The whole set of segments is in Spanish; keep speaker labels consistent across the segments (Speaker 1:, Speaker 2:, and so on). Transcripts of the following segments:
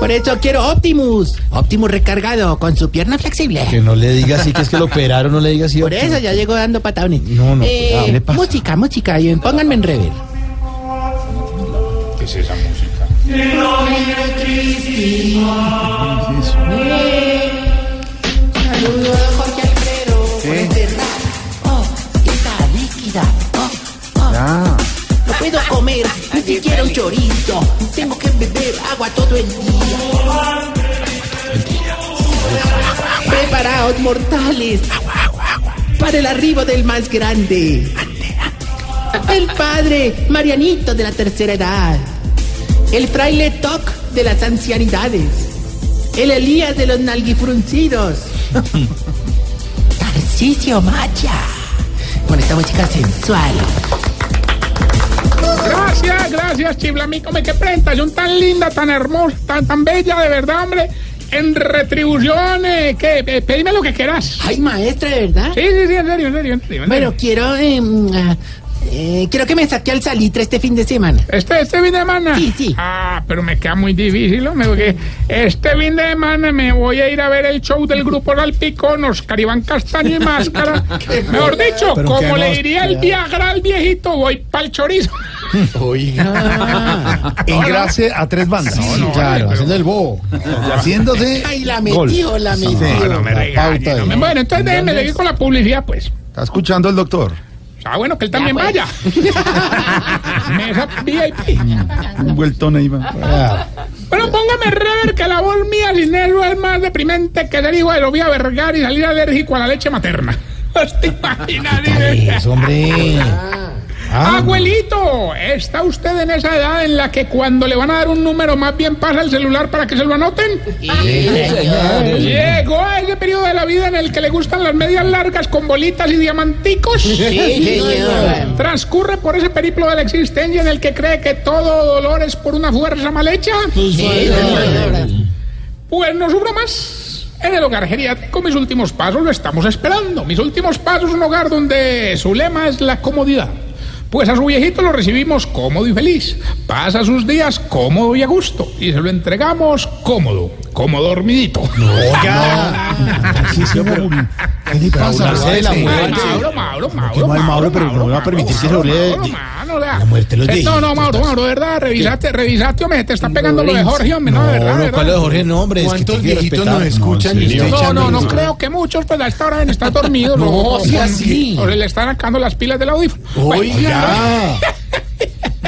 Speaker 1: Por eso quiero Optimus. Optimus recargado con su pierna flexible.
Speaker 2: Que no le diga así, que es que lo operaron, no le diga así.
Speaker 1: Por eso ya llego dando patadones.
Speaker 2: No, no,
Speaker 1: Eh,
Speaker 2: ah, ¿qué le pasa?
Speaker 1: música, música. Y pónganme en rever.
Speaker 3: ¿Qué es esa música?
Speaker 1: Saludo a Jorge Alfredo por este rap. Oh, está líquida. Oh, oh.
Speaker 2: Ah,
Speaker 1: No puedo comer ni siquiera un chorizo. Tengo que beber agua todo el día. Preparaos, mortales. Para el arribo del más grande. El padre Marianito de la tercera edad. El fraile Toc de las ancianidades. El Elías de los nalguifruncidos. Tarcisio Macha. Con esta música sensual.
Speaker 3: Gracias, gracias, Chiblamico. Me qué presentación tan linda, tan hermosa, tan, tan bella, de verdad, hombre. En retribución, eh, que eh, pedime lo que quieras.
Speaker 1: Ay, maestra, de verdad.
Speaker 3: Sí, sí, sí, en serio, en serio, en serio. en
Speaker 1: Bueno,
Speaker 3: serio.
Speaker 1: quiero. eh, mm, ah, eh, quiero que me saque al salitre este fin de semana.
Speaker 3: Este, este fin de semana.
Speaker 1: Sí, sí.
Speaker 3: Ah, pero me queda muy difícil, hombre, porque este fin de semana me voy a ir a ver el show del grupo Salpicón, Oscar Iván Castaño y Máscara. Mejor dicho,
Speaker 2: Pero
Speaker 3: como
Speaker 2: qué
Speaker 3: le diría el
Speaker 2: hostia.
Speaker 3: Viagra al viejito, voy pa'l chorizo.
Speaker 4: Engrase a tres bandas.
Speaker 3: no,
Speaker 2: claro,
Speaker 3: pero-
Speaker 2: haciendo el bobo. Haciéndose.
Speaker 1: Ay, la metió,
Speaker 2: gol.
Speaker 1: la
Speaker 2: Sí.
Speaker 1: metió.
Speaker 2: Sí.
Speaker 4: eh,
Speaker 3: No me
Speaker 2: La
Speaker 3: regañe,
Speaker 2: pauta
Speaker 3: no me-
Speaker 2: de-
Speaker 3: Bueno, entonces déjeme seguir con la publicidad, pues.
Speaker 4: Está escuchando el doctor.
Speaker 3: Ah, bueno, que él también
Speaker 1: pues.
Speaker 3: vaya. Mesa VIP.
Speaker 4: Un vueltón ahí va.
Speaker 2: Ah,
Speaker 3: Pero póngame rever que la voz mía sin negro es más deprimente que ser hijo de Lovía Vergara y salir alérgico a la leche materna. Pues ¿Te imaginas?
Speaker 2: es, Pues, hombre. Ah,
Speaker 3: Abuelito, ¿está usted en esa edad en la que cuando le van a dar un número más bien pasa el celular para que se lo anoten?
Speaker 2: Ah,
Speaker 3: Llegó a ese periodo de la vida en el que le gustan las medias largas con bolitas y diamanticos.
Speaker 1: señor.
Speaker 3: Transcurre por ese periplo de la existencia en el que cree que todo dolor es por una fuerza mal hecha. Pues no sufra más. En el hogar geriátrico, mis últimos pasos lo estamos esperando. Mis últimos pasos, un hogar donde su lema es la comodidad. Pues a su viejito lo recibimos cómodo y feliz. Pasa sus días cómodo y a gusto. Y se lo entregamos cómodo, como dormidito.
Speaker 2: sí, sí, pero- ¿Qué le pasa?
Speaker 4: Pero
Speaker 2: Hablarse de la
Speaker 4: sí.
Speaker 3: Ay,
Speaker 2: muerte.
Speaker 3: Mauro, Mauro, Mauro.
Speaker 2: mal, Mauro, pero no va a permitir que se olvide de-
Speaker 3: la
Speaker 2: muerte de los
Speaker 3: eh, No, no,
Speaker 2: viejitos,
Speaker 3: Mauro,
Speaker 2: parce.
Speaker 3: Mauro, de verdad, revisate, revisate, hombre, te está pegando lo de Jorge, hombre, no, de verdad, de
Speaker 2: no, ¿cuál
Speaker 3: verdad.
Speaker 2: es de Jorge? No, hombre, es que
Speaker 4: ¿Cuántos
Speaker 2: tiene que
Speaker 4: viejitos
Speaker 2: respetar.
Speaker 4: nos escuchan
Speaker 2: No,
Speaker 4: y
Speaker 2: en serio.
Speaker 4: está
Speaker 3: No, no, no
Speaker 4: echando-
Speaker 3: creo que muchos, pues a esta hora deben estar dormidos.
Speaker 2: No,
Speaker 3: o-
Speaker 2: sí,
Speaker 3: o-
Speaker 2: así.
Speaker 3: O se le están arrancando las pilas del audífono. Bueno,
Speaker 2: Oiga.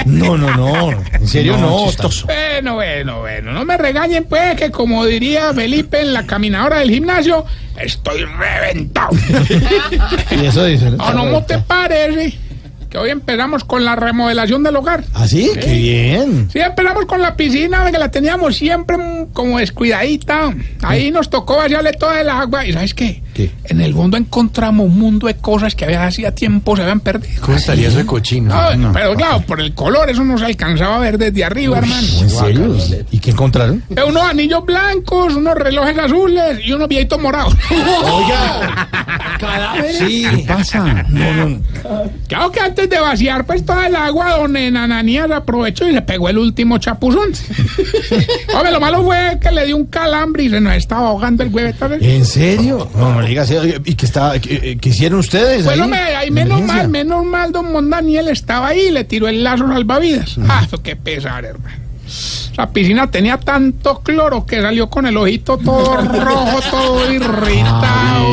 Speaker 2: No, no, no. En serio, no. Chistoso.
Speaker 3: Bueno, bueno, bueno, no me regañen, pues, que como diría Felipe en la caminadora del gimnasio, estoy reventado.
Speaker 2: Y eso dice.
Speaker 3: Ah, no, no, no te parece que hoy empezamos con la remodelación del hogar.
Speaker 2: ¿Ah, sí? Qué bien.
Speaker 3: Sí, empezamos con la piscina, que la teníamos siempre mm, como descuidadita. Ahí nos tocó vaciarle toda el agua. ¿Y sabes qué?
Speaker 2: ¿Qué?
Speaker 3: En el fondo encontramos un mundo de cosas que había hacía tiempo se habían perdido.
Speaker 4: ¿Cómo estaría eso de cochino?
Speaker 2: Ah,
Speaker 3: No, pero claro, por el color eso no se alcanzaba a ver desde arriba, hermano.
Speaker 2: ¿En serio? ¿Y qué encontraron?
Speaker 3: Eh, Unos anillos blancos, unos relojes azules y unos viejitos morados.
Speaker 2: Sí. ¿Qué pasa? No, no. no.
Speaker 3: claro que antes de vaciar pues toda el agua, don Enananías aprovechó y le pegó el último chapuzón. Hombre, lo malo fue que le dio un calambre y se nos estaba ahogando el hueveta. ¿ves?
Speaker 2: ¿En serio? No, no le digas. eso. ¿Y qué, está, qué, eh, qué hicieron ustedes?
Speaker 3: Bueno,
Speaker 2: ahí?
Speaker 3: me, ay, menos
Speaker 2: Emergencia.
Speaker 3: mal, menos mal, don Mondaniel estaba ahí y le tiró el lazo salvavidas. Ah, eso qué pesar, hermano. La piscina tenía tanto cloro que salió con el ojito todo rojo, todo irritado.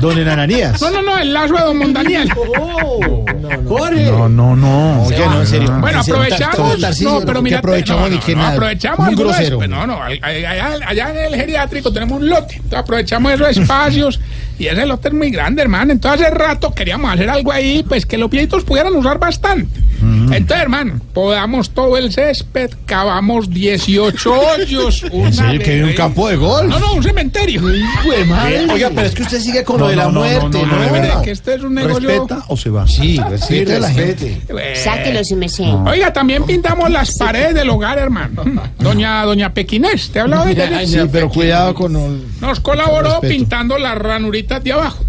Speaker 2: Don Enananías.
Speaker 3: No, no, no, el lazo de don Mondaniel.
Speaker 1: Jorge.
Speaker 4: No, no, no.
Speaker 2: Oye, no, en serio.
Speaker 3: Bueno,
Speaker 2: En serio,
Speaker 3: aprovechamos.
Speaker 2: Tar- Tarcisio,
Speaker 3: No, pero
Speaker 2: que
Speaker 3: mira,
Speaker 2: aprovechamos
Speaker 3: no,
Speaker 2: ni que
Speaker 3: no, no,
Speaker 2: nada.
Speaker 3: aprovechamos
Speaker 2: Muy
Speaker 3: algunos
Speaker 2: grosero.
Speaker 3: esp- No, no, al- al- allá, allá en el geriátrico tenemos un lote. Entonces aprovechamos esos espacios y ese lote es muy grande, hermano. Entonces hace rato queríamos hacer algo ahí, pues que los viejitos pudieran usar bastante. Entonces, hermano, podamos todo el césped, cavamos 18 hoyos.
Speaker 2: En serio, que hay un campo de golf.
Speaker 3: No, no, un cementerio.
Speaker 2: Güey, madre. Oiga, pero es que usted sigue con
Speaker 4: No,
Speaker 2: lo de
Speaker 4: no,
Speaker 2: la
Speaker 4: no, no,
Speaker 2: muerte.
Speaker 4: no, no, de
Speaker 3: Hombre,
Speaker 4: verdad.
Speaker 3: que este es un negocio.
Speaker 4: ¿Respeta o se va?
Speaker 2: Sí, respete a la gente.
Speaker 3: Eh,
Speaker 5: Sáquelo si me sé.
Speaker 3: Oiga, también pintamos las paredes del hogar, hermano. Doña, doña Pequinés, te he hablado de ella.
Speaker 2: Sí, pero cuidado con. el-
Speaker 3: Nos colaboró
Speaker 2: Con respeto. Mm.
Speaker 3: pintando las ranuritas de abajo.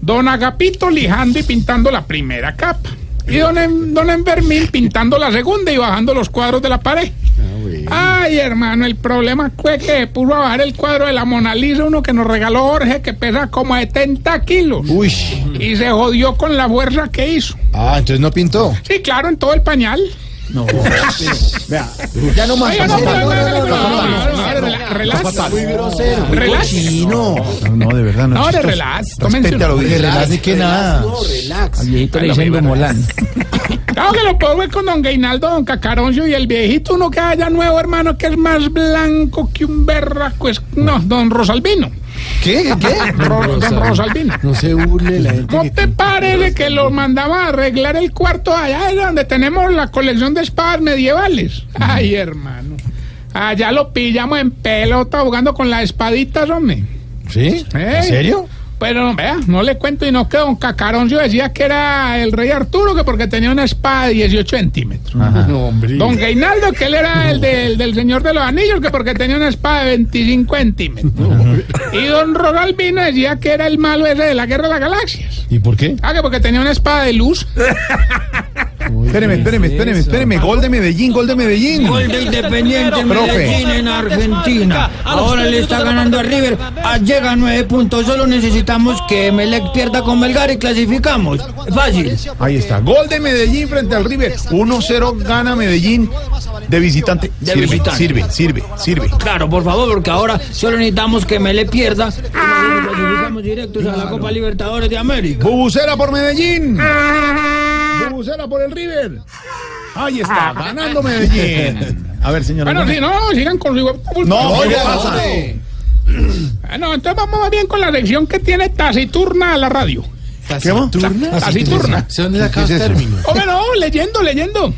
Speaker 3: Don Agapito lijando y pintando la primera
Speaker 2: Ah,
Speaker 3: capa. Y don, Em- don Envermín pintando la segunda y bajando los cuadros de la pared. Ay, hermano, el problema fue que puso a bajar el cuadro de la Mona Lisa, uno que nos regaló Jorge, que pesa como 70 kilos.
Speaker 2: Uy.
Speaker 3: Y se jodió con la fuerza que hizo.
Speaker 2: Ah, entonces no pintó.
Speaker 3: Sí, claro, en todo el pañal.
Speaker 2: Vea, ya no más.
Speaker 3: Oiga, no,
Speaker 2: parcero,
Speaker 3: no, no, no, no, no, no, no, no,
Speaker 2: no,
Speaker 3: rela- relax,
Speaker 2: Muy grosero. muy
Speaker 3: relax.
Speaker 2: Cochino.
Speaker 4: No, no, de verdad, no.
Speaker 3: No,
Speaker 4: es
Speaker 3: de
Speaker 4: chistoso.
Speaker 3: relax, tómense
Speaker 2: Respete a lo
Speaker 3: un-
Speaker 2: bien. Relax ni que nada.
Speaker 1: relax.
Speaker 5: Viejito le dicen Don Molán.
Speaker 3: Claro que lo puedo ver con don Gainaldo, don Cacaroncio y el viejito, uno que haya nuevo, hermano, que es más blanco que un berraco. Es... No, don Rosalvino.
Speaker 2: ¿Qué? ¿Qué?
Speaker 3: Ro- don Rosalvino.
Speaker 2: No se burle la gente.
Speaker 3: ¿No te parece que los mandaba a arreglar el cuarto allá es donde tenemos la colección de espadas medievales? Ay, hermano. Allá lo pillamos en pelota jugando con las espaditas, hombre.
Speaker 2: ¿Sí?
Speaker 3: Ey.
Speaker 2: ¿En serio?
Speaker 3: Pero vea, no le cuento y no que don Cacaroncio decía que era el rey Arturo, que porque tenía una espada de 18 centímetros.
Speaker 2: No, hombre.
Speaker 3: Don Gainaldo, que él era el del, del señor de los anillos, que porque tenía una espada de 25 centímetros. Y don Rosalvino decía que era el malo ese de la guerra de las galaxias.
Speaker 2: ¿Y por qué?
Speaker 3: Ah, que porque tenía una espada de luz.
Speaker 4: Espéreme, espéreme, espéreme, espéreme. Gol de Medellín, gol de Medellín.
Speaker 5: Gol de Independiente
Speaker 4: Profe.
Speaker 5: Medellín ¿eh? en Argentina. Ahora le está ganando a River. Ah, Llega a nueve puntos. Solo necesitamos que Melec pierda con Melgar y clasificamos. Fácil.
Speaker 4: Ahí está. Gol de Medellín frente al River. 1-0 gana Medellín de visitante.
Speaker 5: De
Speaker 4: sirve,
Speaker 5: visitante.
Speaker 4: sirve, sirve, sirve.
Speaker 5: Claro, por favor, porque ahora solo necesitamos que Melec pierda. Y clasificamos directos a la Copa Libertadores de América.
Speaker 4: Bubucera por Medellín. Bubucera por el River. Ahí está, ganando Medellín. A ver, señora.
Speaker 3: Bueno, sí, no, sigan con su...
Speaker 4: No, ¿qué
Speaker 2: Oiga,
Speaker 4: pasa?
Speaker 2: hombre.
Speaker 3: Bueno, entonces vamos más bien con la sección que tiene taciturna a la radio.
Speaker 4: ¿Qué va?
Speaker 3: Taciturna.
Speaker 2: ¿Se dónde sacas términos?
Speaker 3: Hombre, no, leyendo, leyendo.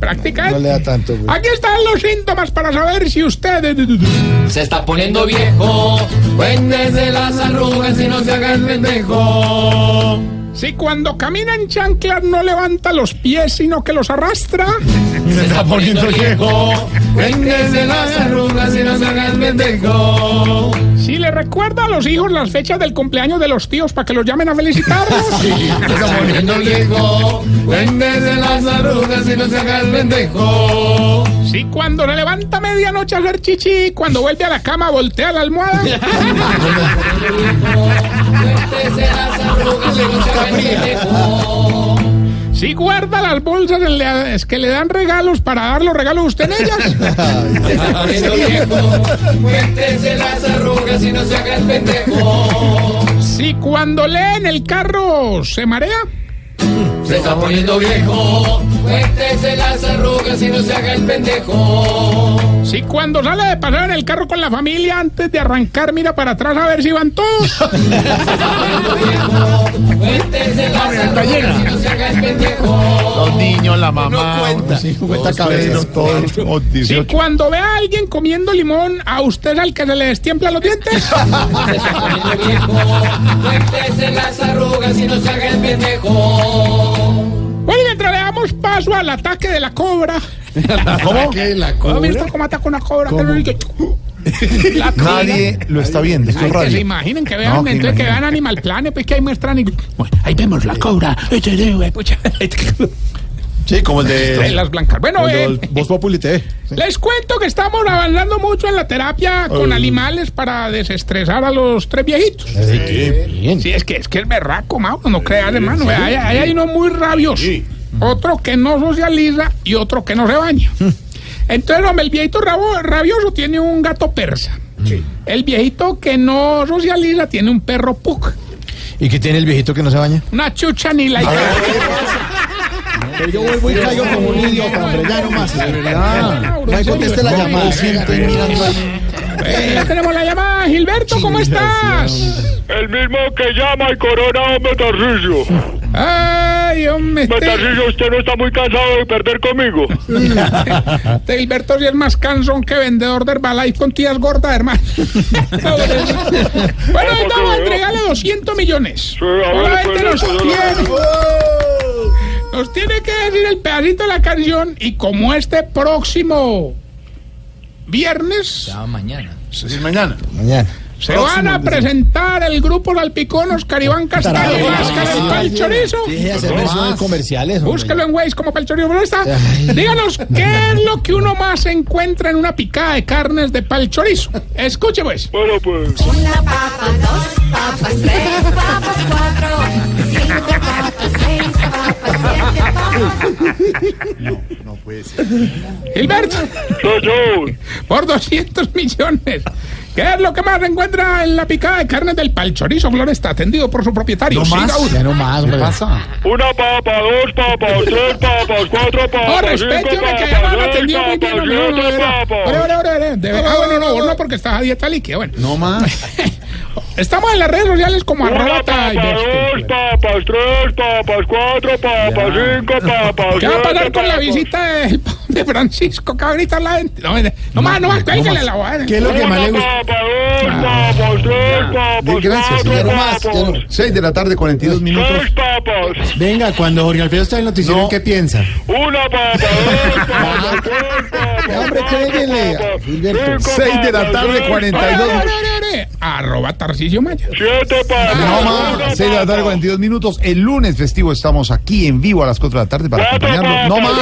Speaker 3: Practica.
Speaker 2: No le da tanto. güey.
Speaker 3: Aquí están los síntomas para saber si usted...
Speaker 6: Se está poniendo viejo, cuéntese las arrugas y no se haga el pendejo.
Speaker 3: Si cuando camina en chanclas no levanta los pies, sino que los arrastra.
Speaker 6: Se está poniendo viejo, cuéntese las arrugas y no se haga el pendejo.
Speaker 3: Si le recuerda a los hijos las fechas del cumpleaños de los tíos para que los llamen a felicitarlos.
Speaker 6: Se está poniendo viejo, cuéntese las arrugas y no se haga el pendejo.
Speaker 3: Si cuando se levanta a medianoche a hacer chichi, cuando vuelve a la cama voltea la almohada.
Speaker 6: Cuéntese las arrugas y no se haga el pendejo.
Speaker 3: Si guarda las bolsas en la- es que le dan regalos para dar los regalos usted en ellas.
Speaker 6: Se está poniendo viejo, cuéntese las arrugas y no se haga el pendejo.
Speaker 3: si cuando lee en el carro se marea.
Speaker 6: Se está poniendo viejo, Este cuéntese las arrugas y no se haga el pendejo.
Speaker 3: Si cuando sale de paseo en el carro con la familia antes de arrancar mira para atrás a ver si van todos.
Speaker 6: Cuéntese las arrugas y no se haga el pendejo.
Speaker 4: Los niños, la mamá.
Speaker 2: No cuenta.
Speaker 4: Sí,
Speaker 2: Cuenta
Speaker 4: cuenta
Speaker 2: cabezas.
Speaker 4: cabezas. Todos, oh,
Speaker 3: si
Speaker 4: 18.
Speaker 3: cuando ve a alguien comiendo limón a usted es al que se le destiempla los dientes.
Speaker 6: Se está poniendo viejo, Este cuéntese las arrugas y no se haga el pendejo.
Speaker 3: Bueno, y mientras le damos paso al ataque de la cobra.
Speaker 4: ¿Cómo?
Speaker 3: ¿Cómo visto cómo ataca una cobra? La cobra.
Speaker 4: Nadie lo está viendo. Esto
Speaker 3: Ay,
Speaker 4: es
Speaker 3: que se
Speaker 4: radio.
Speaker 3: imaginen que vean,
Speaker 4: No, que
Speaker 3: entonces que
Speaker 4: imaginen.
Speaker 3: vean Animal Planet, pues que ahí muestran y... Bueno, ahí vemos la cobra.
Speaker 4: Sí, como el
Speaker 3: En las
Speaker 4: de.
Speaker 3: blancas. Bueno, eh,
Speaker 4: Vos Populi TV.
Speaker 3: les cuento que estamos avanzando mucho en la terapia con
Speaker 4: Ay.
Speaker 3: animales para desestresar a los tres viejitos.
Speaker 2: Bien.
Speaker 3: Sí, es que es que es berraco, Mauro, no creas, hermano. Ahí, ahí hay uno muy rabioso, otro que no socializa y otro que no se baña. Entonces, hombre, el viejito rabo- rabioso tiene un gato persa. El viejito que no socializa tiene un perro pug.
Speaker 2: ¿Y qué tiene el viejito que no se baña?
Speaker 3: Una chucha ni la
Speaker 2: Pero yo vuelvo y caigo como un idiota, hombre. Ya no más. De verdad.
Speaker 3: No me conteste la
Speaker 2: llamada.
Speaker 3: Eh, Ya tenemos la llamada. Gilberto, ¿cómo estás?
Speaker 7: El mismo que llama el corona, hombre Tarcillo.
Speaker 3: Ay, hombre.
Speaker 7: Hombre,
Speaker 3: Este,
Speaker 7: Tarcisio, usted no está muy cansado de perder conmigo.
Speaker 3: este Gilberto sí es más cansón que vendedor de Herbalife con tías gordas, hermano. bueno, ahí estamos, entregale 200 millones.
Speaker 7: Sí, a ver,
Speaker 3: Ahora
Speaker 7: pues,
Speaker 3: este nos
Speaker 7: eso, yo lo-
Speaker 3: tiene. Nos tiene que decir el pedacito de la canción y como este próximo viernes
Speaker 5: mañana.
Speaker 2: Mañana.
Speaker 3: Se van a presentar el grupo Salpicón, Oscar Iván Castaño y Máscara el Pal Chorizo.
Speaker 2: Deje de hacer versiones comerciales. hombre.
Speaker 3: Búsquelo en Waze como Pal Chorizo. pero está. Díganos qué es lo que uno más encuentra en una picada de carnes de Pal Chorizo. Escuche pues.
Speaker 7: Bueno, pues.
Speaker 8: Una papa, dos papas, tres papas, cuatro, cinco papas, seis papas, siete papas.
Speaker 3: Gilberto,
Speaker 7: Soy yo.
Speaker 3: por 200 millones. ¿Qué es lo que más encuentra en la picada de carnes del Pal Chorizo? Floresta, atendido por su propietario.
Speaker 2: No
Speaker 3: Siga
Speaker 2: más.
Speaker 3: usted.
Speaker 2: Ya no más, ¿Qué pasa?
Speaker 7: Una papa, dos papas, tres papas, cuatro
Speaker 3: No,
Speaker 7: papas, cinco
Speaker 3: respéteme que
Speaker 7: papas,
Speaker 3: además lo
Speaker 7: seis
Speaker 3: atendió muy bien,
Speaker 7: papas,
Speaker 3: amigo. No,
Speaker 7: siete
Speaker 3: era- Ora,
Speaker 7: papas.
Speaker 3: ora, ora, ora, de- Ah, bueno, no, vos no, porque estás a dieta líquida. Bueno,
Speaker 2: No más.
Speaker 3: estamos en las redes sociales como
Speaker 7: Una
Speaker 3: arroba
Speaker 7: papa, dos
Speaker 3: Tiger.
Speaker 7: papas, tres papas, cuatro papas, cinco papas.
Speaker 3: ¿Qué va a
Speaker 7: siete
Speaker 3: pasar con la
Speaker 7: papas.
Speaker 3: visita de, de Francisco? ¿Qué va a gritar la gente? No, no, no más, no más, cuélguele la guada.
Speaker 2: ¿Qué es lo que más
Speaker 7: Una
Speaker 2: le gusta?
Speaker 7: papa, dos
Speaker 3: Ah.
Speaker 7: papas, tres
Speaker 4: Di
Speaker 7: papas,
Speaker 4: gracias,
Speaker 7: cuatro
Speaker 4: ya no
Speaker 2: más, ya
Speaker 7: papas,
Speaker 2: no.
Speaker 4: 6 de la tarde, 42 minutos.
Speaker 7: seis papas.
Speaker 2: Venga, cuando Jorge Alfredo está en el noticiero,
Speaker 4: No.
Speaker 2: ¿qué piensa?
Speaker 7: Una papa, dos papas, tres papas.
Speaker 2: Hombre, créguele, Gilberto.
Speaker 7: cinco
Speaker 4: Seis de la
Speaker 7: papas,
Speaker 4: tarde,
Speaker 7: seis
Speaker 4: 42.
Speaker 7: papas,
Speaker 3: Arroba Tarcisio Maya.
Speaker 7: Siete papas.
Speaker 4: No más. 6 de la tarde, 42 minutos. El lunes festivo estamos aquí en vivo a las 4 de la tarde para acompañarlo. No más.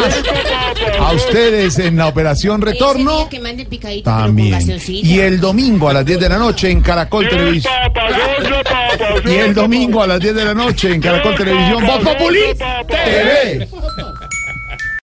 Speaker 4: A ustedes en la operación Retorno.
Speaker 8: Que mande picadito, pero con
Speaker 4: También.
Speaker 8: gaseosita.
Speaker 4: Y el domingo a las 10 de la noche en Caracol
Speaker 7: Tres
Speaker 4: Televisión.
Speaker 7: papas, doce papas.
Speaker 4: Y el domingo a las 10 de la noche en Caracol Televisión. ¡Voz Populi! TV.